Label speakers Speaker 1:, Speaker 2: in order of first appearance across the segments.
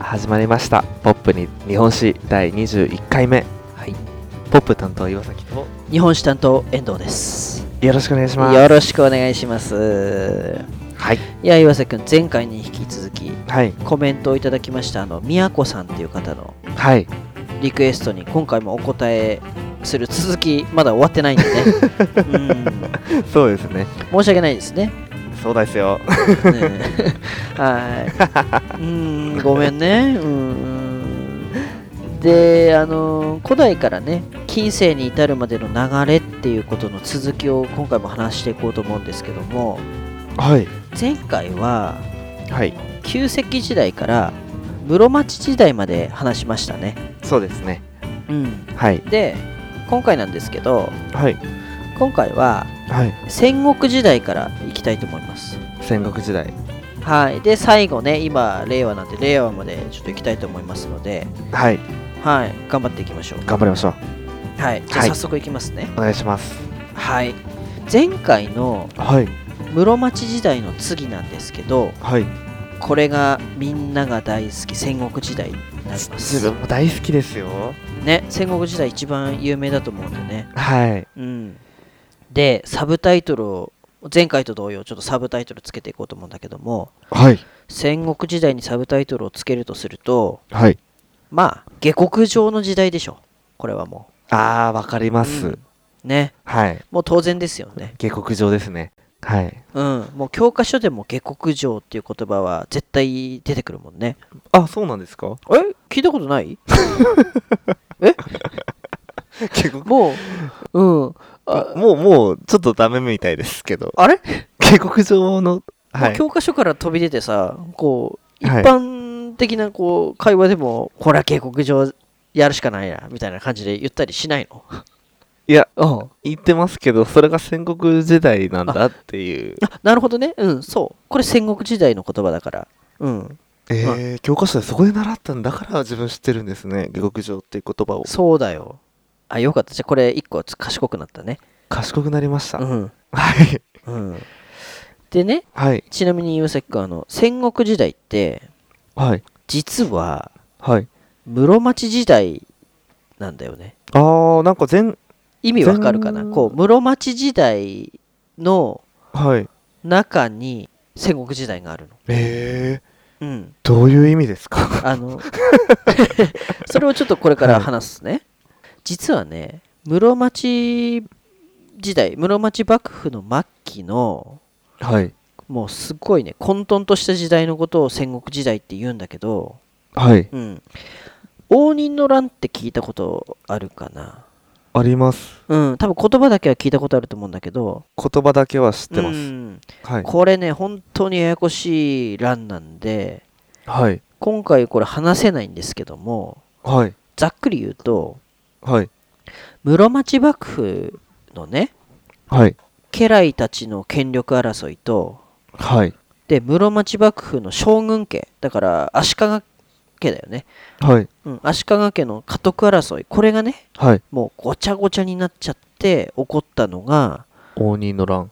Speaker 1: 始まりましたポップに日本史第21回目
Speaker 2: はい、
Speaker 1: ポップ担当岩崎と
Speaker 2: 日本史担当遠藤です。
Speaker 1: よろしくお願いします
Speaker 2: よろしくお願いします。
Speaker 1: はい
Speaker 2: いや岩崎君前回に引き続き
Speaker 1: はい
Speaker 2: コメントをいただきましたあの宮子さんっていう方の
Speaker 1: はい
Speaker 2: リクエストに今回もお答えする続きまだ終わってないんで ね。
Speaker 1: そうですね
Speaker 2: うん申し訳ないですね。
Speaker 1: そうですよ
Speaker 2: ね はい。うんごめんね。うん。であの古代からね近世に至るまでの流れっていうことの続きを今回も話していこうと思うんですけども
Speaker 1: はい
Speaker 2: 前回は
Speaker 1: はい
Speaker 2: 旧石器時代から室町時代まで話しましたね、
Speaker 1: そうですねはい
Speaker 2: で今回なんですけど
Speaker 1: はい
Speaker 2: 今回は
Speaker 1: はい
Speaker 2: 戦国時代からいきたいと思います
Speaker 1: 戦国時代
Speaker 2: はいで最後ね今令和なんで令和までちょっといきたいと思いますので
Speaker 1: はい
Speaker 2: はい頑張っていきましょう
Speaker 1: 頑張りましょう
Speaker 2: はいじゃあ
Speaker 1: はい
Speaker 2: 早速いきますね
Speaker 1: お願いします
Speaker 2: はい前回の
Speaker 1: はい
Speaker 2: 室町時代の次なんですけど
Speaker 1: はい
Speaker 2: これがみんなが大好き戦国時代になりま
Speaker 1: 自
Speaker 2: す
Speaker 1: 分も大好きですよ
Speaker 2: ね戦国時代一番有名だと思うんでね
Speaker 1: はい
Speaker 2: うん、でサブタイトルを前回と同様ちょっとサブタイトルつけていこうと思うんだけども
Speaker 1: はい
Speaker 2: 戦国時代にサブタイトルをつけるとすると
Speaker 1: はい
Speaker 2: まあ下克上の時代でしょこれはも
Speaker 1: あーわかり
Speaker 2: う、
Speaker 1: ます、
Speaker 2: うんね
Speaker 1: はい
Speaker 2: もう当然ですよね
Speaker 1: 下克上ですねはい
Speaker 2: うんもう教科書でも下克上っていう言葉は絶対出てくるもんね
Speaker 1: あそうなんですか
Speaker 2: え聞いたことない
Speaker 1: 下克
Speaker 2: もううんあ
Speaker 1: もうもうちょっとダメみたいですけ ど
Speaker 2: あれ
Speaker 1: 下克上の
Speaker 2: も
Speaker 1: は
Speaker 2: う
Speaker 1: い
Speaker 2: 教科書から飛び出てさこう一
Speaker 1: はい
Speaker 2: 般的なこう会話でも、これは警告上やるしかないなみたいな感じで言ったりしない の
Speaker 1: いや
Speaker 2: うんあ
Speaker 1: 言ってますけどそれが戦国時代なんだっていう
Speaker 2: なるほどねうんそうこれ戦国時代の言葉だからうん
Speaker 1: えー、教科書でそこで習ったんだから自分知ってるんですね下克上っていう言葉を
Speaker 2: そうだよあよかったじゃあこれ一個賢くなったね
Speaker 1: 賢くなりました、
Speaker 2: うん
Speaker 1: はい
Speaker 2: うんでね
Speaker 1: はい
Speaker 2: ちなみに岩崎君あの戦国時代って
Speaker 1: はい
Speaker 2: 実は
Speaker 1: はい
Speaker 2: 室町時代なんだよね
Speaker 1: あーなんか全
Speaker 2: 意味わかるかな
Speaker 1: 全
Speaker 2: こう室町時代の
Speaker 1: はい
Speaker 2: 中に戦国時代があるの。
Speaker 1: えー、
Speaker 2: うん、
Speaker 1: どういう意味ですか
Speaker 2: あのそれをちょっとこれから話すね。実はね室町時代室町幕府の末期の
Speaker 1: はい
Speaker 2: もうすごいね混沌とした時代のことを戦国時代って言うんだけど、
Speaker 1: はい
Speaker 2: うん、応仁の乱って聞いたことあるかな
Speaker 1: あります
Speaker 2: うん多分言葉だけは聞いたことあると思うんだけど
Speaker 1: 言葉だけは知ってます、
Speaker 2: うん
Speaker 1: はい
Speaker 2: これね本当にややこしい欄なんで
Speaker 1: はい
Speaker 2: 今回これ話せないんですけども
Speaker 1: はい
Speaker 2: ざっくり言うと
Speaker 1: はい
Speaker 2: 室町幕府のね
Speaker 1: はい
Speaker 2: 家来たちの権力争いと
Speaker 1: はい
Speaker 2: で室町幕府の将軍家だから足利家だよね、
Speaker 1: はい
Speaker 2: うん、足利家の家督争いこれがね
Speaker 1: はい
Speaker 2: もうごちゃごちゃになっちゃって起こったのが
Speaker 1: 応仁の乱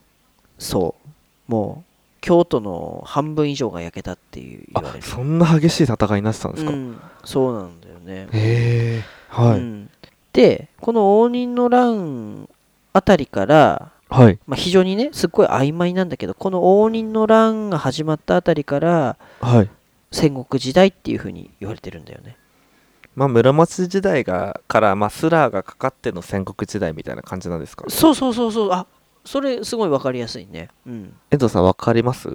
Speaker 2: そうもう京都の半分以上が焼けたっていう言わ
Speaker 1: あ
Speaker 2: れる
Speaker 1: そんな激しい戦いになってたんですか、
Speaker 2: うん、そうなんだよね
Speaker 1: へえはい、
Speaker 2: うんでこの応仁の乱あたりから、
Speaker 1: はい
Speaker 2: まあ、非常にねすっごい曖昧なんだけどこの応仁の乱が始まったあたりから
Speaker 1: はい
Speaker 2: 戦国時代っていうふうに言われてるんだよね
Speaker 1: まあ室町時代がから、まあ、スラーがかかっての戦国時代みたいな感じなんですか
Speaker 2: そうそうそうそうあそれすごい分かりやすいねうん
Speaker 1: 遠藤さんわかります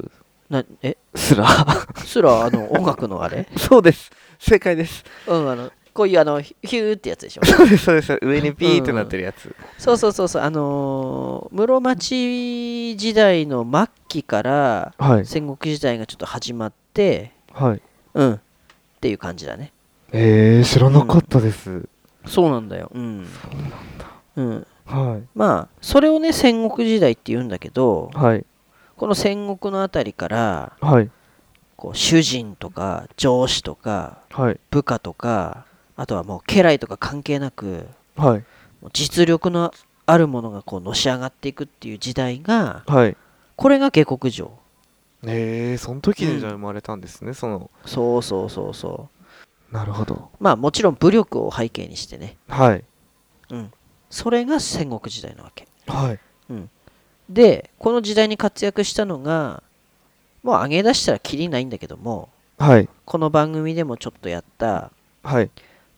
Speaker 2: なえ
Speaker 1: スラー
Speaker 2: すらあの音楽のあれ
Speaker 1: そうです正解です
Speaker 2: うんあのこういうあのヒヒューってやつでし ょ
Speaker 1: そうですそうです上にピーってなってるやつ、
Speaker 2: そうそうそうそうあのー室町時代の末期から
Speaker 1: はい
Speaker 2: 戦国時代がちょっと始まって
Speaker 1: はい
Speaker 2: うんっていう感じだね
Speaker 1: えー、知らなかったです、
Speaker 2: そうなんだよ。うん。うん、
Speaker 1: は
Speaker 2: まあそれをね戦国時代って言うんだけど
Speaker 1: いはい
Speaker 2: この戦国のあたりから
Speaker 1: はい
Speaker 2: こう主人とか上司とか
Speaker 1: はい
Speaker 2: 部下とかあとはもう家来とか関係なく
Speaker 1: はい
Speaker 2: もう実力のあるものがこうのし上がっていくっていう時代が
Speaker 1: はい
Speaker 2: これが下克上
Speaker 1: えー、その時にじゃあ生まれたんですね、その
Speaker 2: そうそうそうそう
Speaker 1: なるほど。
Speaker 2: まあもちろん武力を背景にしてね、
Speaker 1: はい。
Speaker 2: うん、それが戦国時代なわけ
Speaker 1: はい。
Speaker 2: でこの時代に活躍したのがもう上げ出したらキリないんだけども
Speaker 1: はい。
Speaker 2: この番組でもちょっとやった、
Speaker 1: はい。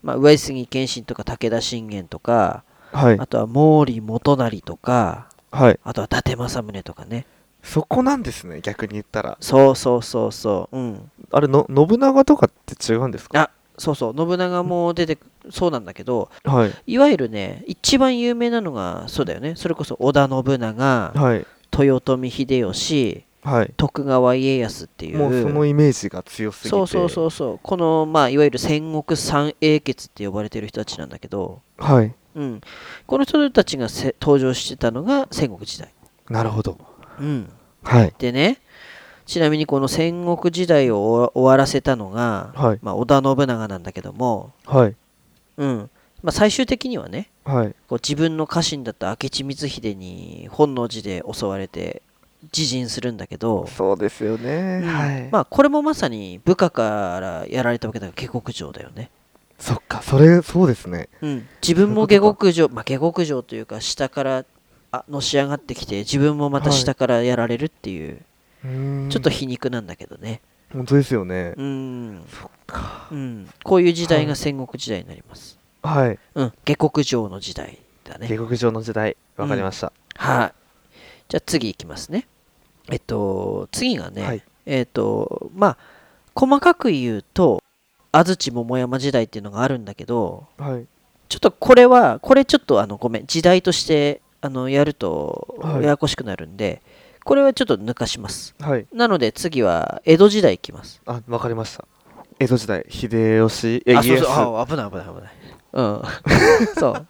Speaker 2: まあ、上杉謙信とか武田信玄とか
Speaker 1: はい
Speaker 2: あ。とは毛利元就とか
Speaker 1: はい。
Speaker 2: あとは伊達政宗とかね
Speaker 1: そこなんですね、逆に言ったら。
Speaker 2: そうそうそうそううん
Speaker 1: あれの、信長とかって違うんですか
Speaker 2: あそうそう信長も出てくそうなんだけど
Speaker 1: はい。
Speaker 2: いわゆるね一番有名なのがそうだよねそれこそ織田信長
Speaker 1: はい。
Speaker 2: 豊臣秀吉
Speaker 1: はい。
Speaker 2: 徳川家康っていう
Speaker 1: もうそのイメージが強すぎて。。
Speaker 2: そうそうそううそうこのまあいわゆる戦国三英傑って呼ばれてる人たちなんだけど、
Speaker 1: はい。
Speaker 2: うん、この人たちがせ登場してたのが戦国時代、
Speaker 1: なるほど。
Speaker 2: うん、
Speaker 1: はい。
Speaker 2: でねちなみにこの戦国時代を終わ終わらせたのが、
Speaker 1: はい。
Speaker 2: まあ、織田信長なんだけども、
Speaker 1: はい。
Speaker 2: うんまあ、最終的にはね
Speaker 1: はい。
Speaker 2: こう自分の家臣だった明智光秀に本能寺で襲われて自陣するんだけど、
Speaker 1: そうですよね。
Speaker 2: うん
Speaker 1: はい。
Speaker 2: まあ、これもまさに部下からやられたわけだから下克上だよね。
Speaker 1: そっか、それ、そうですね。
Speaker 2: うん、自分も
Speaker 1: そうい
Speaker 2: 下
Speaker 1: うこと
Speaker 2: 克上、まあ、下克上というか下からあのし上がってきて自分もまた下からやられるっていう、
Speaker 1: うーん
Speaker 2: ちょっと、皮肉なんだけどね
Speaker 1: 本当ですよね。
Speaker 2: うん、
Speaker 1: そっか。
Speaker 2: うん、こういう時代
Speaker 1: は
Speaker 2: が
Speaker 1: い
Speaker 2: 戦国時代になります、
Speaker 1: はい。
Speaker 2: うん、下克上の時代だね
Speaker 1: 下克上の時代、わかりました。
Speaker 2: はいじゃあ次いきますねえっと次がね、
Speaker 1: はい
Speaker 2: えっとまあ細かく言うと安土桃山時代っていうのがあるんだけど
Speaker 1: はい。
Speaker 2: ちょっとこれは、これちょっとあのごめん、時代としてあのやると
Speaker 1: はい
Speaker 2: ややこしくなるんで、これはちょっと抜かします。
Speaker 1: はい。
Speaker 2: なので次は江戸時代いきます。
Speaker 1: あ、わかりました。江戸時代、秀吉、え、
Speaker 2: あ、そ
Speaker 1: 家
Speaker 2: うそう、
Speaker 1: 康。
Speaker 2: あ危ない危ない危ない。 うん。そう、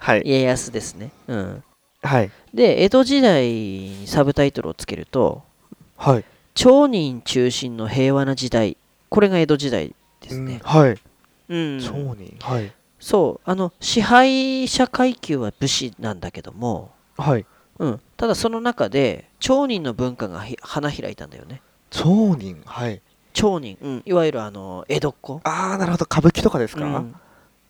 Speaker 1: はい。
Speaker 2: 家康ですね。うん。
Speaker 1: はい。
Speaker 2: で、江戸時代にサブタイトルをつけると、
Speaker 1: はい。
Speaker 2: 町人中心の平和な時代、これが江戸時代です
Speaker 1: うん
Speaker 2: ね。
Speaker 1: はい。
Speaker 2: うん。
Speaker 1: 商人。はい。
Speaker 2: そう、あの、支配者階級は武士なんだけども、
Speaker 1: はい。
Speaker 2: うん、ただその中で町人の文化がひ花開いたんだよね
Speaker 1: 町人。はい。
Speaker 2: 町人、うん、いわゆるあの江戸っ子
Speaker 1: ああ、なるほど。歌舞伎とかですか、
Speaker 2: うん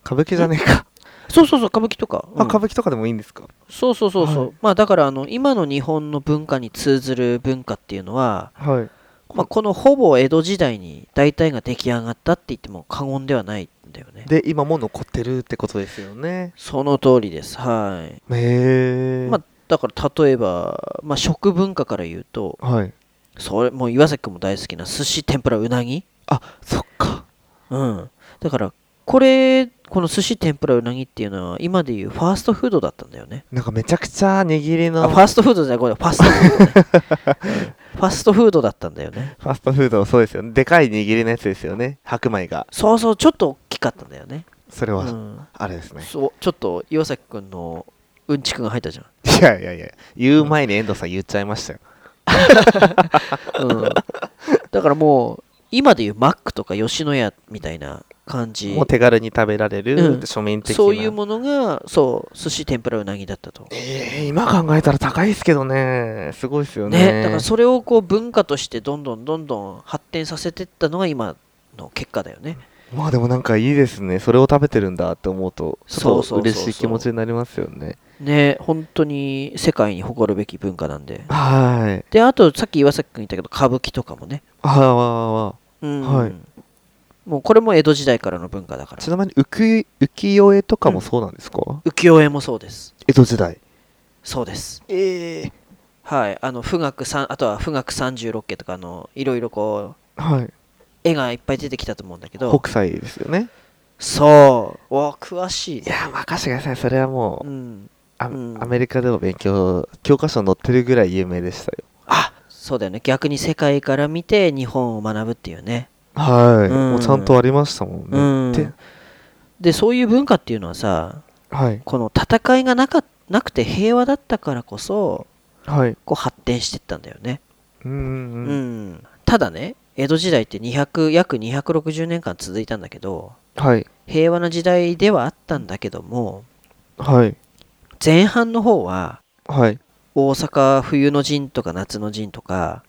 Speaker 1: 歌舞伎じゃねえか。
Speaker 2: そうそうそう歌舞伎とか、うん
Speaker 1: あ、歌舞伎とかでもいいんですか
Speaker 2: そうそうそうそう、
Speaker 1: はい
Speaker 2: まあだからあの今の日本の文化に通ずる文化っていうのは、
Speaker 1: はい。
Speaker 2: まあ、このほぼ江戸時代に大体が出来上がったって言っても過言ではないんだよね
Speaker 1: で、今も残ってるってことですよね。
Speaker 2: その通りですはい
Speaker 1: へえ。
Speaker 2: まあだから例えば、まあ、食文化から言うと
Speaker 1: はい。
Speaker 2: それもう岩崎君も大好きな寿司天ぷらうなぎ
Speaker 1: あ、そっか。
Speaker 2: うん、だからこれこの寿司天ぷらうなぎっていうのは今でいうファーストフードだったんだよね
Speaker 1: なんかめちゃくちゃ握りの
Speaker 2: あファーストフードじゃないこれファストフ ード、ねうん、ファストフードだったんだよね
Speaker 1: ファストフードのそうですよね。でかい握りのやつですよね。白米が。
Speaker 2: そうそうちょっと大きかったんだよね、
Speaker 1: それ
Speaker 2: う
Speaker 1: は、
Speaker 2: ん、
Speaker 1: あれですね。
Speaker 2: そうちょっと岩崎くんのうんちくが入ったじゃん、
Speaker 1: いやいやいや、言う前に遠藤さん言っちゃいましたよ。
Speaker 2: うん、だからもう今でいうマックとか吉野家みたいな感じ
Speaker 1: もう手軽に食べられる、
Speaker 2: うん
Speaker 1: 庶民的な。
Speaker 2: そういうものがそう寿司天ぷらうなぎだったと
Speaker 1: えー、今考えたら高いですけどね。すごいですよね。
Speaker 2: ね、だからそれをこう文化としてどんどんどんどん発展させていったのが今の結果だよね。
Speaker 1: まあでもなんかいいですね。それを食べてるんだって思うと、ち
Speaker 2: そ
Speaker 1: ょ
Speaker 2: う
Speaker 1: っ
Speaker 2: そ
Speaker 1: と
Speaker 2: うそうそう
Speaker 1: 嬉しい気持ちになりますよね。
Speaker 2: ね本当に世界に誇るべき文化なんで。
Speaker 1: はーい。
Speaker 2: であとさっき岩崎君言ったけど歌舞伎とかもね。
Speaker 1: あーわ
Speaker 2: うん
Speaker 1: はい
Speaker 2: もうこれも江戸時代からの文化だか
Speaker 1: ー
Speaker 2: ら
Speaker 1: ち。なみに浮世絵とかもそうなんですか、
Speaker 2: 浮世絵もそうです。
Speaker 1: 江戸時代。
Speaker 2: そうです。
Speaker 1: ええ
Speaker 2: はい。あの富岳三あとは富岳三十六景とかあのいろいろこう
Speaker 1: はい。
Speaker 2: 絵がいっぱい出てきたと思うんだけど。
Speaker 1: 北斎ですよね。
Speaker 2: そう。わ詳しい
Speaker 1: い。やー、任せてください。それはも
Speaker 2: う
Speaker 1: う、
Speaker 2: ん。
Speaker 1: あ
Speaker 2: うん
Speaker 1: アメリカでも勉強、教科書に載ってるぐらい有名でしたよ。
Speaker 2: あそうだよね逆に世界から見て日本を学ぶっていうね、
Speaker 1: はい。
Speaker 2: うん
Speaker 1: もうちゃんとありましたもんね。
Speaker 2: うん
Speaker 1: で、
Speaker 2: でそういう文化っていうのはさ
Speaker 1: はい。
Speaker 2: この戦いがなかなくて平和だったからこそ
Speaker 1: はい。
Speaker 2: こう発展していったんだよね、
Speaker 1: う
Speaker 2: うんん
Speaker 1: うん。
Speaker 2: ただね江戸時代って200約260年間続いたんだけど
Speaker 1: はい。
Speaker 2: 平和な時代ではあったんだけども
Speaker 1: はい。
Speaker 2: 前半の方は
Speaker 1: はい。
Speaker 2: 大阪冬の陣とか夏の陣とか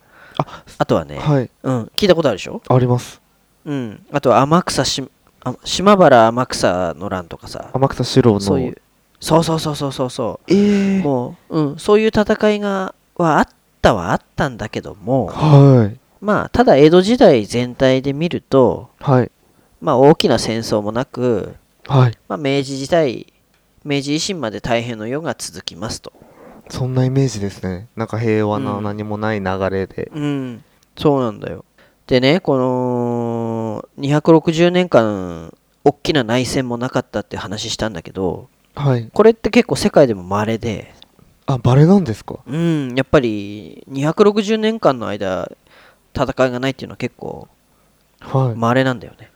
Speaker 2: あとはね、
Speaker 1: はい。
Speaker 2: うん、聞いたことあるでしょ
Speaker 1: あります。
Speaker 2: うん、あとは天草しあ島原天草の乱とかさ
Speaker 1: 天草四郎の
Speaker 2: そういうそうそうそうそうそうそ
Speaker 1: え
Speaker 2: う
Speaker 1: ー、
Speaker 2: もう、うん、そういう戦いがはあったはあったんだけども
Speaker 1: はい
Speaker 2: まあただ江戸時代全体で見ると
Speaker 1: はい
Speaker 2: まあ大きな戦争もなく、
Speaker 1: はい
Speaker 2: まあ、明治時代明治維新まで太平の世が続きますと
Speaker 1: そんなイメージですねなんか平和
Speaker 2: う
Speaker 1: なん何もない流れで、
Speaker 2: うん、そうなんだよ。でね、この260年間、大きな内戦もなかったって話したんだけど、
Speaker 1: はい
Speaker 2: これって結構世界でも稀で、
Speaker 1: あバレなんですか
Speaker 2: うん、やっぱり260年間の間、戦いがないっていうのは結構
Speaker 1: はい
Speaker 2: 稀なんだよね。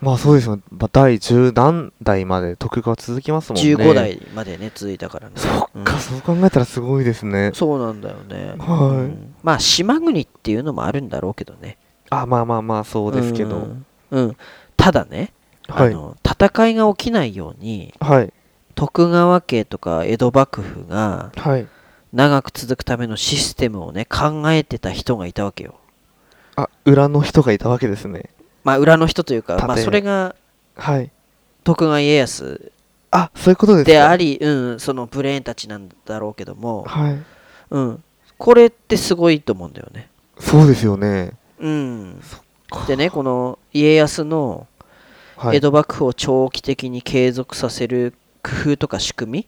Speaker 1: まあそうですよまあ第10何代まで徳川続きますもんね
Speaker 2: 15代までね、続いたからね。
Speaker 1: そ
Speaker 2: うん
Speaker 1: っか、そう考えたらすごいですね
Speaker 2: そうなんだよね。
Speaker 1: はい
Speaker 2: うんまあ、島国っていうのもあるんだろうけどね。
Speaker 1: あまあまあまあそうですけど、
Speaker 2: うん。うんただね、あ
Speaker 1: はい
Speaker 2: の戦いが起きないように、
Speaker 1: はい
Speaker 2: 徳川家とか江戸幕府が
Speaker 1: はい
Speaker 2: 長く続くためのシステムをね考えてた人がいたわけよ
Speaker 1: あ裏の人がいたわけですね
Speaker 2: まあ裏の人というか、
Speaker 1: 盾
Speaker 2: まあ、それが
Speaker 1: はい
Speaker 2: 徳川家康
Speaker 1: あそういうことですか
Speaker 2: であり、うん、そのブレーンたちなんだろうけども、
Speaker 1: はい
Speaker 2: うん、これってすごいと思うんだよね、
Speaker 1: そうですよね
Speaker 2: うん
Speaker 1: か、
Speaker 2: でねこの家康の
Speaker 1: はい
Speaker 2: 江戸幕府を長期的に継続させる工夫とか仕組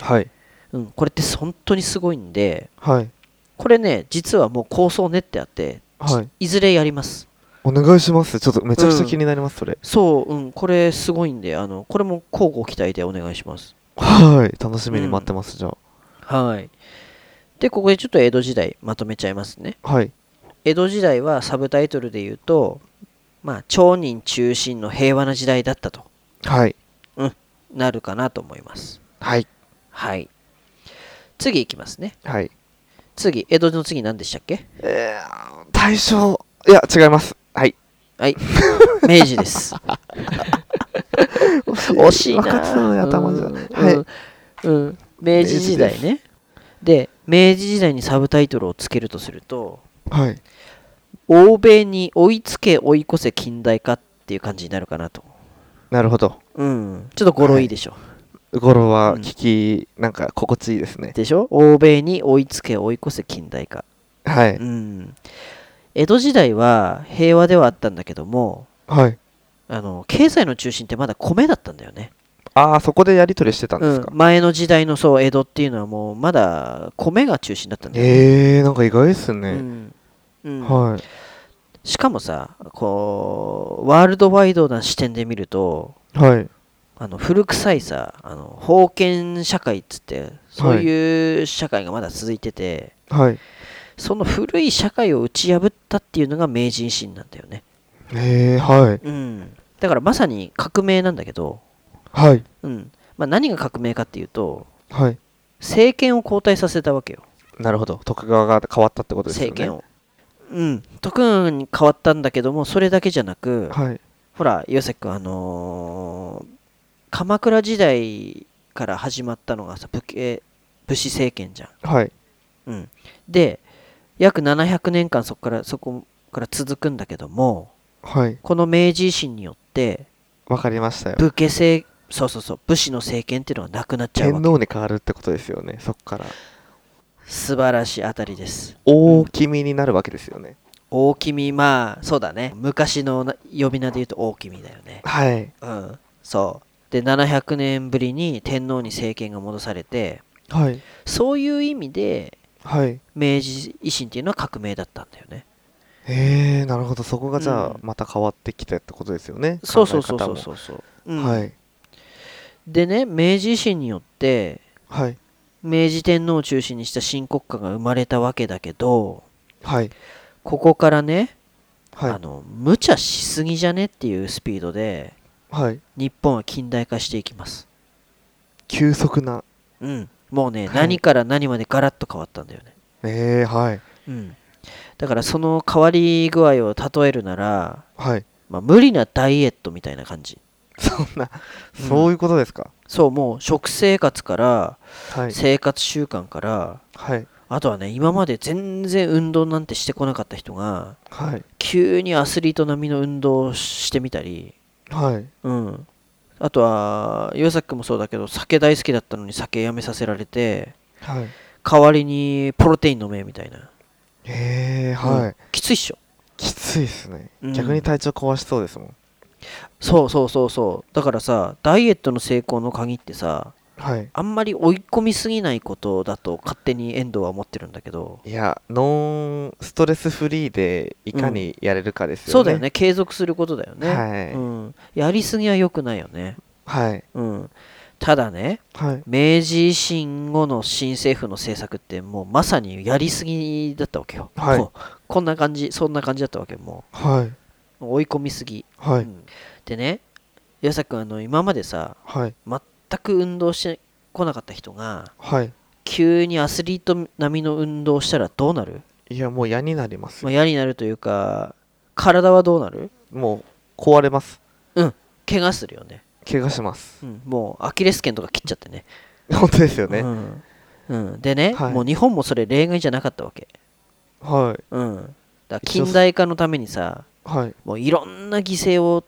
Speaker 1: はい
Speaker 2: み、うん、これって本当にすごいんで
Speaker 1: はい
Speaker 2: これね実はもう構想練ってあって
Speaker 1: はい
Speaker 2: いずれやります
Speaker 1: お願いしますちょっとめちゃくちゃ気になります、それ
Speaker 2: そう、うん、これすごいんで、あの、これも交互期待でお願いします。
Speaker 1: はい楽しみに待ってます、じゃ
Speaker 2: はい。で、ここでちょっと江戸時代まとめちゃいますね。
Speaker 1: あはい
Speaker 2: 江戸時代はサブタイトルで言うと、まあ、町人中心の平和な時代だったと
Speaker 1: はい
Speaker 2: なるかなと思います。
Speaker 1: はい
Speaker 2: はい。次いきますね。
Speaker 1: はい
Speaker 2: 次、江戸の次何でしたっけ
Speaker 1: えー、大正いや違いますはい
Speaker 2: はい。明治です。 惜しいな。
Speaker 1: 分かってたのに頭じゃ
Speaker 2: うん
Speaker 1: はい、
Speaker 2: うんうん明治時代ね。で、明治時代にサブタイトルをつけるとすると、
Speaker 1: はい
Speaker 2: 欧米に追いつけ追い越せ近代化っていう感じになるかなと。
Speaker 1: なるほど
Speaker 2: うん。ちょっと語呂いいでしょ。
Speaker 1: ゴロは
Speaker 2: うん
Speaker 1: 聞き、なんか心地いいですね
Speaker 2: でしょ欧米に追いつけ追い越せ近代化。
Speaker 1: はい
Speaker 2: うん。江戸時代は平和ではあったんだけども、
Speaker 1: はい
Speaker 2: あの経済の中心ってまだ米だったんだよね。
Speaker 1: ああそこでやり取りしてたんですか、
Speaker 2: うん、前の時代のそう江戸っていうのはもうまだ米が中心だったんだよね。
Speaker 1: えー、なんか意外ですね、
Speaker 2: うんうん
Speaker 1: はい
Speaker 2: しかもさこうワールドワイドな視点で見ると
Speaker 1: はい
Speaker 2: あの古臭いさあの封建社会っつってそういう社会がまだ続いてて、
Speaker 1: はい
Speaker 2: その古い社会を打ち破ったっていうのが明治維新なんだよね、
Speaker 1: えー、はい
Speaker 2: うん、だからまさに革命なんだけど、
Speaker 1: はい
Speaker 2: うんまあ、何が革命かっていうと
Speaker 1: はい
Speaker 2: 政権を交代させたわけよ
Speaker 1: なるほど徳川が変わったってことですよね
Speaker 2: 政権を。うん、徳川に変わったんだけどもそれだけじゃなく、
Speaker 1: はい
Speaker 2: ほら、岩崎君、あのー鎌倉時代から始まったのがさ武家武士政権じゃ
Speaker 1: はい
Speaker 2: ん。うん、で、約700年間そこからそこから続くんだけども、
Speaker 1: はい
Speaker 2: この明治維新によって、
Speaker 1: わかりましたよ
Speaker 2: 武家政そうそうそう、武士の政権っていうのがなくなっちゃうわ
Speaker 1: 天
Speaker 2: け。
Speaker 1: 皇に変わるってことですよねそっから
Speaker 2: 素晴らしいあたりです。
Speaker 1: 大君になるわけですよね、
Speaker 2: 大君、まあ、そうだね。昔のな呼び名で言うと大君だよね。
Speaker 1: はい
Speaker 2: うん、そう。で、700年ぶりに天皇に政権が戻されて、
Speaker 1: はい
Speaker 2: そういう意味で
Speaker 1: はい
Speaker 2: 明治維新っていうのは革命だったんだよね。
Speaker 1: えー、なるほどそこがじゃあ
Speaker 2: うん
Speaker 1: また変わってきたってことですよね、
Speaker 2: そうそうそうそう
Speaker 1: 考
Speaker 2: そうそう。
Speaker 1: え
Speaker 2: う
Speaker 1: 方
Speaker 2: ん
Speaker 1: もはい
Speaker 2: でね明治維新によって
Speaker 1: はい
Speaker 2: 明治天皇を中心にした新国家が生まれたわけだけど
Speaker 1: はい
Speaker 2: ここからね、
Speaker 1: は
Speaker 2: あ
Speaker 1: い
Speaker 2: の無茶しすぎじゃねっていうスピードで
Speaker 1: はい
Speaker 2: 日本は近代化していきます。
Speaker 1: 急速な
Speaker 2: うん、もうね、
Speaker 1: はい
Speaker 2: 何から何までガラッと変わったんだよね。
Speaker 1: えー、はい
Speaker 2: うん、だからその変わり具合を例えるなら、
Speaker 1: はい
Speaker 2: まあ、無理なダイエットみたいな感じ。
Speaker 1: そんな、
Speaker 2: うん
Speaker 1: そういうことですか
Speaker 2: そうもう食生活から
Speaker 1: はい
Speaker 2: 生活習慣から
Speaker 1: はい
Speaker 2: あとはね今まで全然運動なんてしてこなかった人が
Speaker 1: はい
Speaker 2: 急にアスリート並みの運動をしてみたり
Speaker 1: はい
Speaker 2: うん、あとは岩崎君もそうだけど酒大好きだったのに酒やめさせられて
Speaker 1: はい
Speaker 2: 代わりにプロテイン飲めみたいな、
Speaker 1: へえはい、
Speaker 2: うんきついっしょ
Speaker 1: きついですね、
Speaker 2: うん
Speaker 1: 逆に体調壊しそうですもん
Speaker 2: そうそうそうそうだからさダイエットの成功の鍵ってさ
Speaker 1: はい
Speaker 2: あんまり追い込みすぎないことだと勝手に遠藤は思ってるんだけど、
Speaker 1: いやノンストレスフリーでいかにやれるかですよね、
Speaker 2: そうだよね継続することだよね、
Speaker 1: はい
Speaker 2: うん、やりすぎは良くないよね、
Speaker 1: はい
Speaker 2: うん、ただね
Speaker 1: はい
Speaker 2: 明治維新後の新政府の政策ってもうまさにやりすぎだったわけよ、
Speaker 1: はい
Speaker 2: こうこんな感じそんな感じだったわけよも
Speaker 1: はいう
Speaker 2: 追い込みすぎ、
Speaker 1: は
Speaker 2: う
Speaker 1: い
Speaker 2: んでね矢崎君あの今までさ
Speaker 1: はい
Speaker 2: 全く運動してこなかった人が
Speaker 1: はい
Speaker 2: 急にアスリート並みの運動をしたらどうなる、
Speaker 1: いやもう嫌になります
Speaker 2: ま
Speaker 1: よ
Speaker 2: あ、嫌になるというか体はどうなる
Speaker 1: もう壊れます
Speaker 2: 怪我するよね、
Speaker 1: 怪我します
Speaker 2: うん、もうアキレス腱とか切っちゃってね
Speaker 1: 本当ですよね、
Speaker 2: うんうん、でね、
Speaker 1: はい
Speaker 2: もう日本もそれ例外じゃなかったわけ
Speaker 1: はい
Speaker 2: うん、だから近代化のためにさ
Speaker 1: はい
Speaker 2: もういろんな犠牲を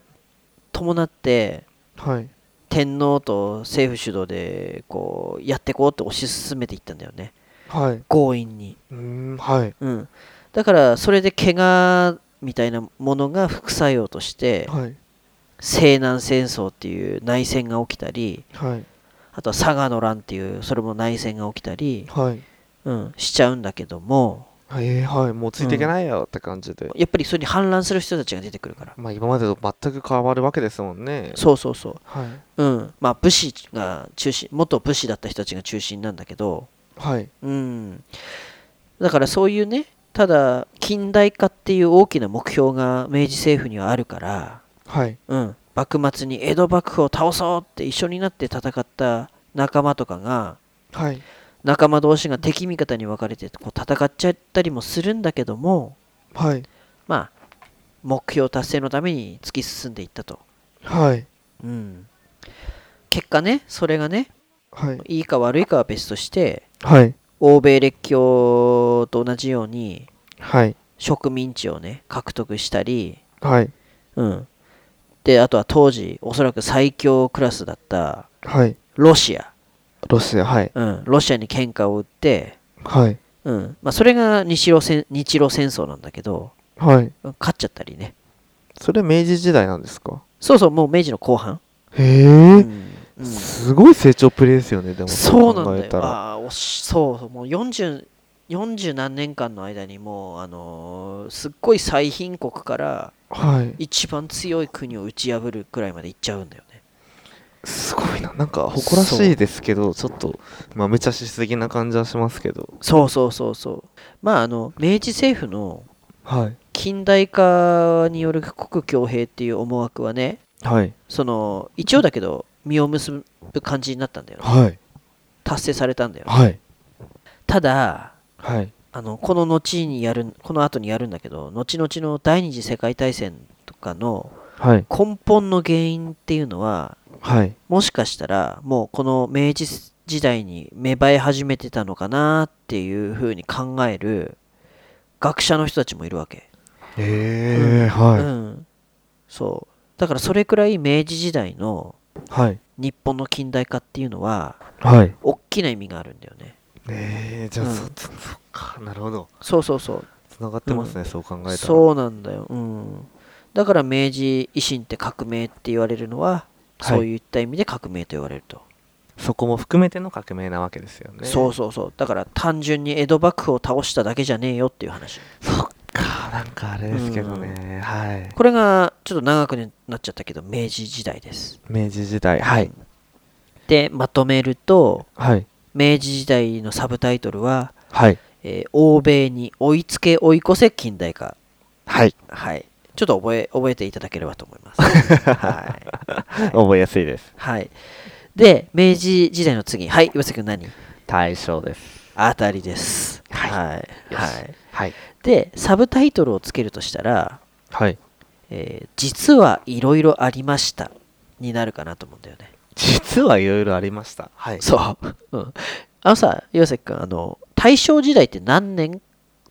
Speaker 2: 伴って
Speaker 1: はい
Speaker 2: 天皇と政府主導でこうやってこうって推し進めていったんだよね
Speaker 1: はい
Speaker 2: 強引に、
Speaker 1: うーんはい
Speaker 2: うん、だからそれで怪我みたいなものが副作用として
Speaker 1: はい
Speaker 2: 西南戦争っていう内戦が起きたり
Speaker 1: はい
Speaker 2: あとは佐賀の乱っていうそれも内戦が起きたり、
Speaker 1: はい
Speaker 2: うん、しちゃうんだけども
Speaker 1: えーはいもうついていけないよって感じで、
Speaker 2: やっぱりそれに反乱する人たちが出てくるから
Speaker 1: まあ今までと全く変わるわけですもんね
Speaker 2: そうそうそう
Speaker 1: はい
Speaker 2: うん、まあ武士が中心元武士だった人たちが中心なんだけど、
Speaker 1: はい
Speaker 2: うん、だからそういうねただ近代化っていう大きな目標が明治政府にはあるから、
Speaker 1: はい
Speaker 2: うん、幕末に江戸幕府を倒そうって一緒になって戦った仲間とかが
Speaker 1: はい
Speaker 2: 仲間同士が敵味方に分かれてこう戦っちゃったりもするんだけども
Speaker 1: はい
Speaker 2: まあ目標達成のために突き進んでいったと、
Speaker 1: はい
Speaker 2: うん、結果ねそれがね
Speaker 1: はい
Speaker 2: いいか悪いかは別として
Speaker 1: はい
Speaker 2: 欧米列強と同じように
Speaker 1: はい
Speaker 2: 植民地をね獲得したり、
Speaker 1: はい
Speaker 2: うん、であとは当時おそらく最強クラスだった
Speaker 1: はい
Speaker 2: ロシア、
Speaker 1: ロシアはい
Speaker 2: うん、ロシアに喧嘩を売って、
Speaker 1: はい
Speaker 2: うんまあ、それが日露戦日露戦争なんだけど
Speaker 1: はい
Speaker 2: うん勝っちゃったりね
Speaker 1: それ明治時代なんですか
Speaker 2: そうそうもう明治の後半、
Speaker 1: へ
Speaker 2: う
Speaker 1: え、
Speaker 2: んうん
Speaker 1: すごい成長プレイですよねでも
Speaker 2: そうなん
Speaker 1: 考
Speaker 2: だ
Speaker 1: え
Speaker 2: よ
Speaker 1: たら
Speaker 2: ああおしそうもう40 40何年間の間にもう、あのーすっごい最貧国から
Speaker 1: はい
Speaker 2: 一番強い国を打ち破るくらいまで行っちゃうんだよね。
Speaker 1: すごいななんか誇らしいですけどちょっとまあ無茶しすぎな感じはしますけど
Speaker 2: そうそうそうそう。まああの明治政府の
Speaker 1: はい
Speaker 2: 近代化による国強兵っていう思惑はね
Speaker 1: はい
Speaker 2: その一応だけど実を結ぶ感じになったんだよね
Speaker 1: はい
Speaker 2: 達成されたんだよね
Speaker 1: はい
Speaker 2: ただ
Speaker 1: はい
Speaker 2: あのこの後にやるこの後にやるんだけど後々の第二次世界大戦とかの
Speaker 1: はい
Speaker 2: 根本の原因っていうのは
Speaker 1: はい
Speaker 2: もしかしたらもうこの明治時代に芽生え始めてたのかなっていうふうに考える学者の人たちもいるわけ、
Speaker 1: へえ
Speaker 2: う
Speaker 1: は
Speaker 2: ん、そうだからそれくらい明治時代の
Speaker 1: いはい
Speaker 2: 日本の近代化っていうのは
Speaker 1: はい
Speaker 2: 大きな意味があるんだよね
Speaker 1: えー、じゃあ、
Speaker 2: うん
Speaker 1: そそそっかなるほど
Speaker 2: そうそうそう
Speaker 1: つながってますね、そう考えたら
Speaker 2: そうなんだよ、うん、だから明治維新って革命って言われるのは
Speaker 1: はい
Speaker 2: そういった意味で革命と言われると、
Speaker 1: そこも含めての革命なわけですよね
Speaker 2: そうそうそうだから単純に江戸幕府を倒しただけじゃねえよっていう話
Speaker 1: そっかなんかあれですけどねはい
Speaker 2: これがちょっと長くなっちゃったけど明治時代です
Speaker 1: 明治時代はい
Speaker 2: でまとめると
Speaker 1: はい
Speaker 2: 明治時代のサブタイトルは、
Speaker 1: はい
Speaker 2: えー欧米に追いつけ追い越せ近代化
Speaker 1: はい、
Speaker 2: はいちょっと覚え覚えていただければと思い ますはい、
Speaker 1: 覚えやすいです
Speaker 2: はい、で明治時代の次はい岩崎君何
Speaker 1: 大正です
Speaker 2: あたりです
Speaker 1: はい
Speaker 2: はい、
Speaker 1: よし
Speaker 2: はい
Speaker 1: はい
Speaker 2: でサブタイトルをつけるとしたら、
Speaker 1: はい
Speaker 2: えー実はいろいろありましたになるかなと思うんだよね
Speaker 1: 実はいろいろありましたはい
Speaker 2: そう。うん。あのさ、岩崎君、あの、大正時代って何年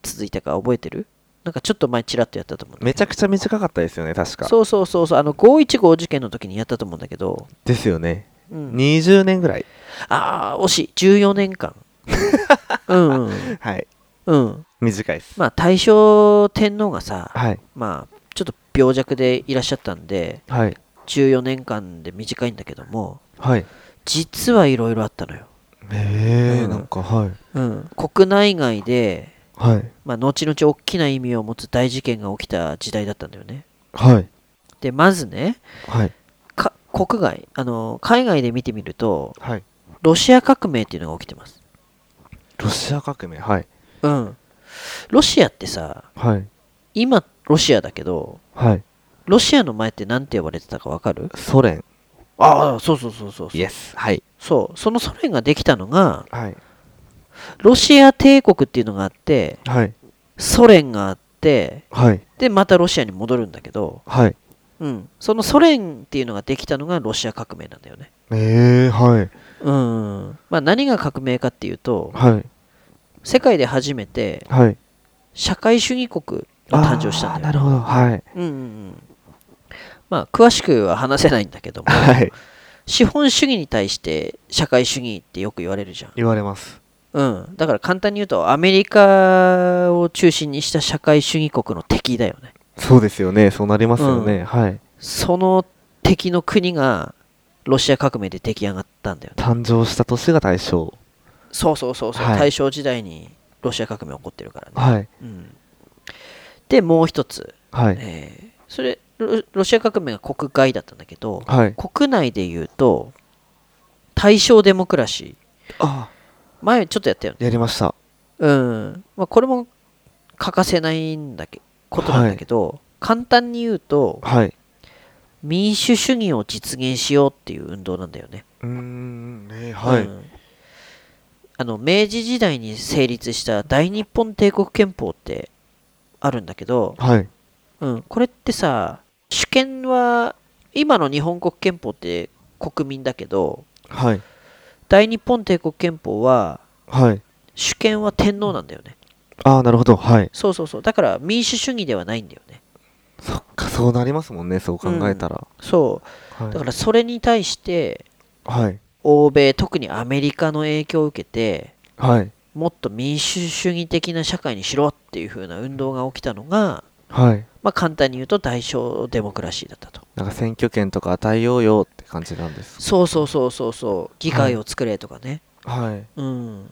Speaker 2: 続いたか覚えてるなんかちょっと前ちらっとやったと思うんだけ
Speaker 1: めちゃくちゃ短かったですよね確
Speaker 2: ど
Speaker 1: か
Speaker 2: そうそうそうそうあの515事件の時にやったと思うんだけど、
Speaker 1: ですよね
Speaker 2: うん、
Speaker 1: 20年ぐらい
Speaker 2: ああ惜しい14年 間うんうん
Speaker 1: はい
Speaker 2: うん
Speaker 1: 短いです
Speaker 2: まあ大正天皇がさ
Speaker 1: はい
Speaker 2: まあちょっと病弱でいらっしゃったんで
Speaker 1: はい
Speaker 2: 14年間で短いんだけども
Speaker 1: はい
Speaker 2: 実はいろいろあったのよ、
Speaker 1: へ
Speaker 2: う
Speaker 1: え
Speaker 2: ん
Speaker 1: なんかはい
Speaker 2: うん、国内外で、
Speaker 1: はい
Speaker 2: まあ、後々大きな意味を持つ大事件が起きた時代だったんだよね
Speaker 1: はい
Speaker 2: でまずね
Speaker 1: はい
Speaker 2: か国外あの海外で見てみると
Speaker 1: はい
Speaker 2: ロシア革命っていうのが起きてます
Speaker 1: ロシア革命はい
Speaker 2: うんロシアってさ
Speaker 1: はい
Speaker 2: 今ロシアだけど
Speaker 1: はい
Speaker 2: ロシアの前って何て呼ばれてたかわかる
Speaker 1: ソ連
Speaker 2: ああそうそうそうそうそう
Speaker 1: イエスはい
Speaker 2: そうそのソ連ができたのが
Speaker 1: はい
Speaker 2: ロシア帝国っていうのがあって
Speaker 1: はい
Speaker 2: ソ連があって
Speaker 1: はい
Speaker 2: でまたロシアに戻るんだけど、
Speaker 1: はい
Speaker 2: うん、そのソ連っていうのができたのがロシア革命なんだよね
Speaker 1: ええはい
Speaker 2: うんまあ何が革命かっていうと
Speaker 1: はい
Speaker 2: 世界で初めて
Speaker 1: はい
Speaker 2: 社会主義国が誕生したんだ
Speaker 1: あーな
Speaker 2: よ、
Speaker 1: るほどはい
Speaker 2: うんうんうん、まあ詳しくは話せないんだけども
Speaker 1: はい
Speaker 2: 資本主義に対して社会主義ってよく言われるじゃん、
Speaker 1: 言われます
Speaker 2: うん、だから簡単に言うとアメリカを中心にした社会主義国の敵だよね
Speaker 1: そうですよねそうなりますよね、はい
Speaker 2: その敵の国がロシア革命で出来上がったんだよね
Speaker 1: 誕生した年が大正
Speaker 2: そうそうそうそう、
Speaker 1: はい
Speaker 2: 大正時代にロシア革命起こってるからね、
Speaker 1: はい
Speaker 2: うん、でもう一つ、
Speaker 1: はい
Speaker 2: えーそれロロシア革命が国外だったんだけど、
Speaker 1: はい
Speaker 2: 国内で言うと大正デモクラシー
Speaker 1: あ
Speaker 2: 前ちょっとやったよね
Speaker 1: やりました
Speaker 2: うん、まあ、これも欠かせないんだけことなんだけど、簡単に言うと
Speaker 1: はい
Speaker 2: 民主主義を実現しようっていう運動なんだよね
Speaker 1: うーんねはい、
Speaker 2: うんあの明治時代に成立した大日本帝国憲法ってあるんだけど、
Speaker 1: はい
Speaker 2: うん、これってさ主権は今の日本国憲法って国民だけど
Speaker 1: はい
Speaker 2: 大日本帝国憲法は
Speaker 1: はい
Speaker 2: 主権は天皇なんだよね
Speaker 1: ああなるほどはい
Speaker 2: そうそうそうだから民主主義ではないんだよね
Speaker 1: そっかそうなりますもんねそう考えたら、
Speaker 2: そう
Speaker 1: はい
Speaker 2: だからそれに対して
Speaker 1: はい
Speaker 2: 欧米特にアメリカの影響を受けて
Speaker 1: はい
Speaker 2: もっと民主主義的な社会にしろっていう風な運動が起きたのが、
Speaker 1: はい
Speaker 2: まあ、簡単に言うと大正デモクラシーだったと
Speaker 1: なんか選挙権とか与えようよって感じなんです
Speaker 2: そうそうそうそうそう議会を作れとかね、
Speaker 1: はい
Speaker 2: うん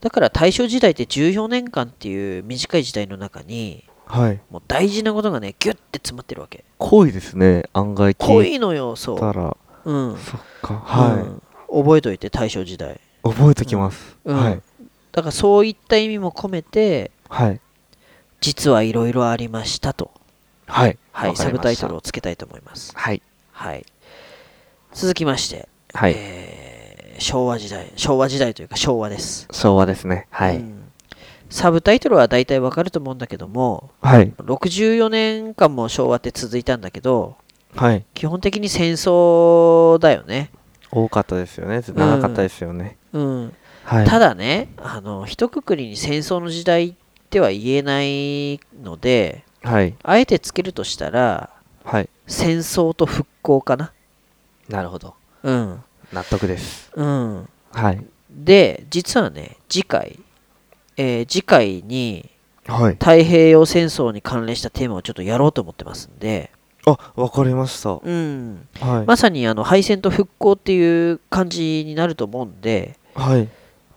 Speaker 2: だから大正時代って14年間っていう短い時代の中に
Speaker 1: はい
Speaker 2: もう大事なことがねギュッて詰まってるわけ
Speaker 1: 濃いですね案外
Speaker 2: 濃
Speaker 1: 聞い
Speaker 2: いのよそう
Speaker 1: たら
Speaker 2: うん、
Speaker 1: そっかはい、
Speaker 2: うん覚えといて大正時代、
Speaker 1: 覚えときます、
Speaker 2: うん
Speaker 1: はい
Speaker 2: だからそういった意味も込めて
Speaker 1: はい
Speaker 2: 実はいろいろありましたと、
Speaker 1: はい
Speaker 2: はい、
Speaker 1: わか
Speaker 2: サ
Speaker 1: りました
Speaker 2: ブタイトルをつけたいと思います、
Speaker 1: はい
Speaker 2: はい、続きまして、
Speaker 1: はい
Speaker 2: えー昭和時代昭和時代というか昭和です、
Speaker 1: 昭和ですねはい、
Speaker 2: うんサブタイトルは大体わかると思うんだけども
Speaker 1: はい
Speaker 2: 64年間も昭和って続いたんだけど
Speaker 1: はい
Speaker 2: 基本的に戦争だよね、
Speaker 1: 多かったですよね長かったですよね、
Speaker 2: うん、
Speaker 1: はい
Speaker 2: ただねあの一括りに戦争の時代っては言えないので
Speaker 1: はい
Speaker 2: あえてつけるとしたら
Speaker 1: はい
Speaker 2: 戦争と復興かな
Speaker 1: なるほど
Speaker 2: うん
Speaker 1: 納得です
Speaker 2: うん
Speaker 1: はい
Speaker 2: で実はね次回、えー次回に
Speaker 1: はい
Speaker 2: 太平洋戦争に関連したテーマをちょっとやろうと思ってますんで、
Speaker 1: あわかりましたは
Speaker 2: うん、
Speaker 1: い、
Speaker 2: まさにあの敗戦と復興っていう感じになると思うんで、
Speaker 1: はい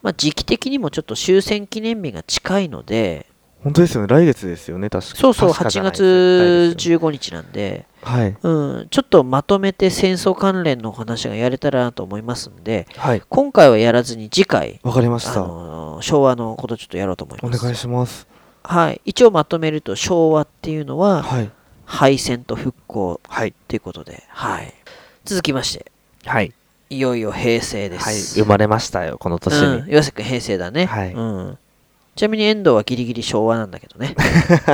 Speaker 2: まあ、時期的にもちょっと終戦記念日が近いので
Speaker 1: 本当ですよね来月ですよね確か
Speaker 2: そうそう
Speaker 1: 確かじ
Speaker 2: 8
Speaker 1: ゃない
Speaker 2: 月
Speaker 1: 絶対
Speaker 2: 15日なんで、
Speaker 1: ですよね
Speaker 2: うん、ちょっとまとめて戦争関連のお話がやれたらなと思いますんで
Speaker 1: はいはい
Speaker 2: 今回はやらずに次回、
Speaker 1: わかりまし
Speaker 2: あ
Speaker 1: たお
Speaker 2: のー昭和のことちょっとやろうと思います。
Speaker 1: 願いします
Speaker 2: はい、一応まとめると昭和っていうのは
Speaker 1: はい
Speaker 2: 敗戦と復興
Speaker 1: はい
Speaker 2: ということで、はい、続きまして
Speaker 1: はい
Speaker 2: いよいよ平成で
Speaker 1: はい
Speaker 2: す、
Speaker 1: 生まれましたよこの年
Speaker 2: うん、
Speaker 1: に、
Speaker 2: 岩瀬君平成だね、
Speaker 1: はい
Speaker 2: うん、ちなみに遠藤はギリギリ昭和なんだけ どね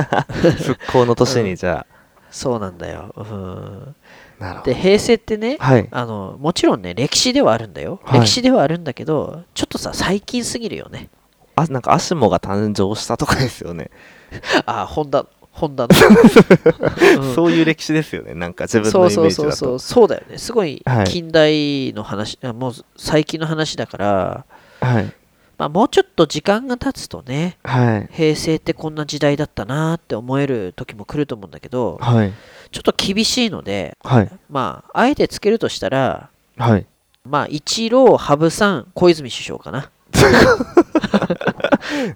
Speaker 1: 復興の年にじゃ
Speaker 2: そうなんだよ、うん、
Speaker 1: あなるほ
Speaker 2: で
Speaker 1: ど
Speaker 2: 平成ってね
Speaker 1: はい
Speaker 2: あのもちろんね歴史ではあるんだよ、
Speaker 1: はい
Speaker 2: 歴史ではあるんだ けどちょっとさ最近すぎるよね
Speaker 1: あなんかアシモが誕生したとかですよね
Speaker 2: あホンダホンダの、うん
Speaker 1: そういう歴史ですよねなんか自分
Speaker 2: そ
Speaker 1: の
Speaker 2: う
Speaker 1: イ
Speaker 2: そ
Speaker 1: メー
Speaker 2: う
Speaker 1: ジ
Speaker 2: そう
Speaker 1: だ
Speaker 2: そ
Speaker 1: と
Speaker 2: うそうだよねすごい
Speaker 1: はい
Speaker 2: 近代の話、あもう最近の話だから、
Speaker 1: はい
Speaker 2: まあ、もうちょっと時間が経つとね
Speaker 1: はい
Speaker 2: 平成ってこんな時代だったなって思える時も来ると思うんだけど
Speaker 1: はい
Speaker 2: ちょっと厳しいので
Speaker 1: はい
Speaker 2: まああえてつけるとしたら
Speaker 1: はい
Speaker 2: まあ一郎羽生さん小泉首相かな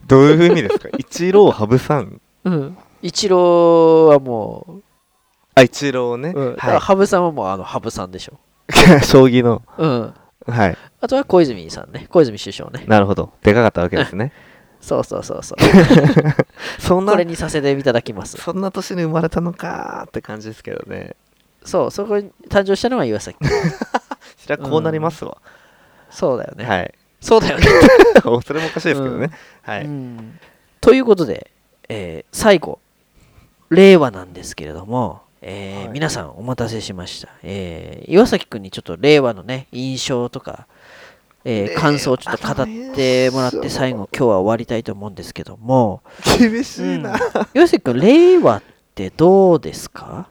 Speaker 1: どういう意味ですか 一郎羽生さん
Speaker 2: うん一郎はも
Speaker 1: あ一郎ね、
Speaker 2: う、うんだから
Speaker 1: は
Speaker 2: 羽生さんはもうあの羽生さんでしょ
Speaker 1: い 将棋の
Speaker 2: うん
Speaker 1: はい
Speaker 2: あとは小泉さんね小泉首相ね
Speaker 1: なるほどでかかったわけですね
Speaker 2: そうそうそうそう
Speaker 1: そんな
Speaker 2: これにさせていただきます
Speaker 1: そんな年に生まれたのかーって感じですけどね
Speaker 2: そうそこに誕生したのが 岩崎
Speaker 1: そりゃこうなりますわ、
Speaker 2: そうだよね、
Speaker 1: はい
Speaker 2: そうだよね、
Speaker 1: それもおかしいですけどね、は
Speaker 2: う
Speaker 1: い
Speaker 2: んということで、えー最後令和なんですけれども、えー
Speaker 1: はい
Speaker 2: 皆さんお待たせしました、えー岩崎君にちょっと令和のね印象とか、えー
Speaker 1: 令和の印象
Speaker 2: 感想をちょっと語ってもらって最後今日は終わりたいと思うんですけど も、
Speaker 1: 厳し
Speaker 2: うん岩崎君令和ってどうですか、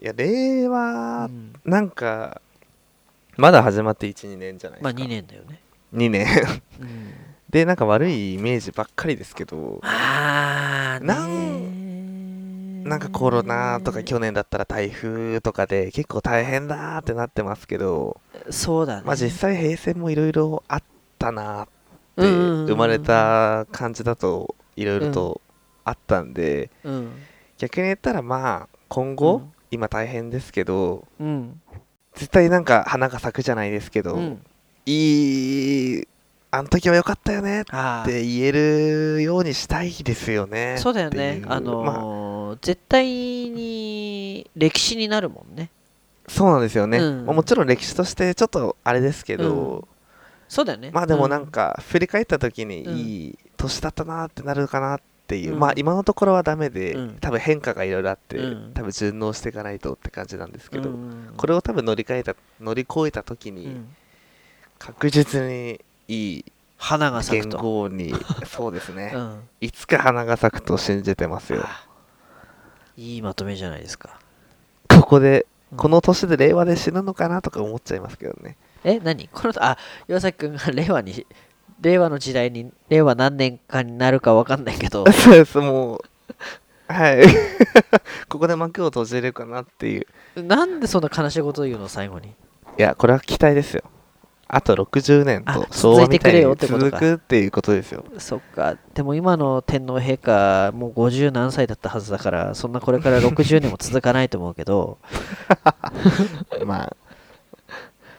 Speaker 1: いや令
Speaker 2: う
Speaker 1: 和
Speaker 2: ん
Speaker 1: なんかまだ始まって12年じゃないで
Speaker 2: まあ
Speaker 1: すか、
Speaker 2: 2年だよね、
Speaker 1: 2年
Speaker 2: うん
Speaker 1: でなんか悪いイメージばっかりですけど
Speaker 2: あーね
Speaker 1: な
Speaker 2: ー
Speaker 1: なんかコロナとか去年だったら台風とかで結構大変だーってなってますけど
Speaker 2: そうだね、
Speaker 1: まあ実際平成もいろいろあったなーって
Speaker 2: うんうんうんうん
Speaker 1: 生まれた感じだといろいろとあったんで
Speaker 2: うん
Speaker 1: 逆に言ったらまあ今
Speaker 2: う
Speaker 1: 後
Speaker 2: ん
Speaker 1: 今大変ですけど
Speaker 2: うん
Speaker 1: 絶対なんか花が咲くじゃないですけど
Speaker 2: うん
Speaker 1: いいあの時は良かったよねっ
Speaker 2: あー
Speaker 1: て言えるようにしたいですよね
Speaker 2: そうだよね
Speaker 1: っていう
Speaker 2: あのー絶対に歴史になるもんね
Speaker 1: そうなんですよね、
Speaker 2: うん
Speaker 1: まあもちろん歴史としてちょっとあれですけど、
Speaker 2: そうだよね
Speaker 1: まあでも
Speaker 2: う
Speaker 1: なんか振り返った時に
Speaker 2: うん
Speaker 1: いい年だったなってなるかなっていう、
Speaker 2: うん
Speaker 1: まあ今のところはダメで、
Speaker 2: うん
Speaker 1: 多分変化がいろいろあって、
Speaker 2: うん
Speaker 1: 多分順応していかないとって感じなんですけど、
Speaker 2: うん
Speaker 1: これを多分乗り換えた乗り越えた時
Speaker 2: う
Speaker 1: に
Speaker 2: ん
Speaker 1: 確実にいい
Speaker 2: 花が咲
Speaker 1: 言
Speaker 2: くと、
Speaker 1: 語にそうですね、
Speaker 2: うん、
Speaker 1: いつか花が咲くと信じてますよ
Speaker 2: いいまとめじゃないですか
Speaker 1: ここで
Speaker 2: うん
Speaker 1: この年で令和で死ぬのかなとか思っちゃいますけど ね
Speaker 2: え何このあ岩崎君が 令和に令和の時代に令和何年かになるかわかんない けど
Speaker 1: そうですもうはい ここで幕を閉じれるかなっていう
Speaker 2: なんでそんな悲しいことを言うの最後に
Speaker 1: いやこれは期待ですよあと60年と
Speaker 2: あ
Speaker 1: 昭和みたいに
Speaker 2: 続いてくれよってこと
Speaker 1: 続
Speaker 2: か
Speaker 1: くっていうことですよ
Speaker 2: そっか、でも今の天皇陛下、もう50何歳だったはずだから、そんなこれから60年も続かないと思うけど、
Speaker 1: まあ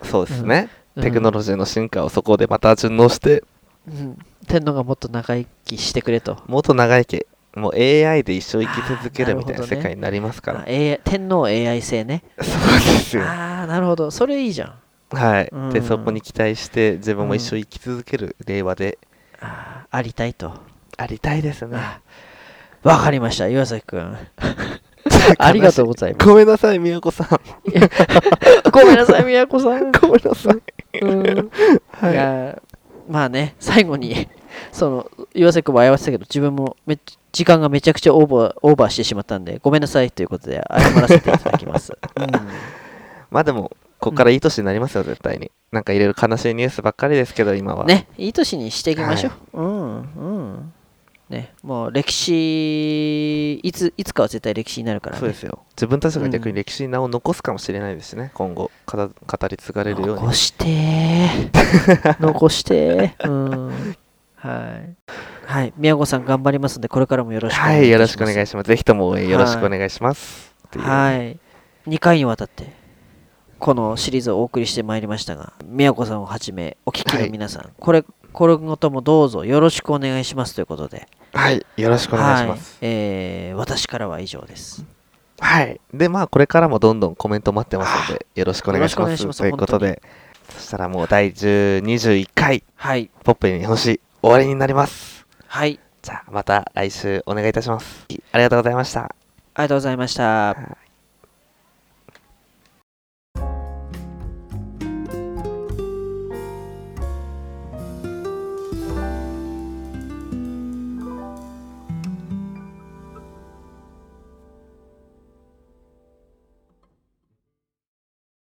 Speaker 1: そうですね、
Speaker 2: うん
Speaker 1: テクノロジーの進化をそこでまた順応して
Speaker 2: うん天皇がもっと長生きしてくれと。
Speaker 1: もっと長生きもう AI で一生生き続け
Speaker 2: あー
Speaker 1: るみたい
Speaker 2: なる
Speaker 1: な
Speaker 2: ほどね
Speaker 1: 世界になりますから、
Speaker 2: あ AI 天皇 AI 制ね。
Speaker 1: そうですよ
Speaker 2: ああ、なるほど、それいいじゃん。
Speaker 1: はい、
Speaker 2: う
Speaker 1: で
Speaker 2: ん
Speaker 1: そこに期待して自分も一生生き続ける令和で
Speaker 2: あーありたいと。
Speaker 1: ありたいですね、
Speaker 2: あーわかりました、岩 崎君 ありがとうございます。
Speaker 1: ごめんなさい宮子さん
Speaker 2: ごめんなさい、宮子さん。
Speaker 1: ごめんなさい
Speaker 2: うん
Speaker 1: はい
Speaker 2: い
Speaker 1: い
Speaker 2: やまあね最後に その岩瀬君も謝ってたけど自分もめっ時間がめちゃくちゃオーバーオーバーしてしまったんでごめんなさいということで謝らせていただ きます、うん
Speaker 1: まあでもここからいい年になりますよ絶対になんかいろいろ悲しいニュースばっかりですけど今は、
Speaker 2: ねいい年にしていきましょう、うんうんねもう歴史いついつかは絶対歴史になるからね
Speaker 1: そうですよ自分たちが逆に歴史に名を残すかもしれないですしね、今後かた語り継がれるように
Speaker 2: 残してー 残してーうんはいはい宮子さん頑張りますんでこれからもよろしくお
Speaker 1: は
Speaker 2: 願いいた
Speaker 1: い
Speaker 2: しま
Speaker 1: よろ
Speaker 2: す
Speaker 1: しくお願いしますぜひとも応援よろしくお願いします、っていう
Speaker 2: はい2回にわたってこのシリーズをお送りしてまいりましたが宮子さんをはじめお聞きの皆さん、これこれごともどうぞよろしくお願いしますということで
Speaker 1: はい、よろしくお願いします。
Speaker 2: はいえー私からは以上です
Speaker 1: はい、で、まあ、これからもどんどんコメント待ってますので、よろしくお願いし
Speaker 2: よろしくお
Speaker 1: ま
Speaker 2: 願
Speaker 1: す。
Speaker 2: いします
Speaker 1: ということで、そしたらもう第10 21回、
Speaker 2: はい
Speaker 1: ポップに星、終わりになります。
Speaker 2: はい
Speaker 1: じゃあ、また来週お願いいたします。ありがとうございました。
Speaker 2: ありがとうございました
Speaker 1: はい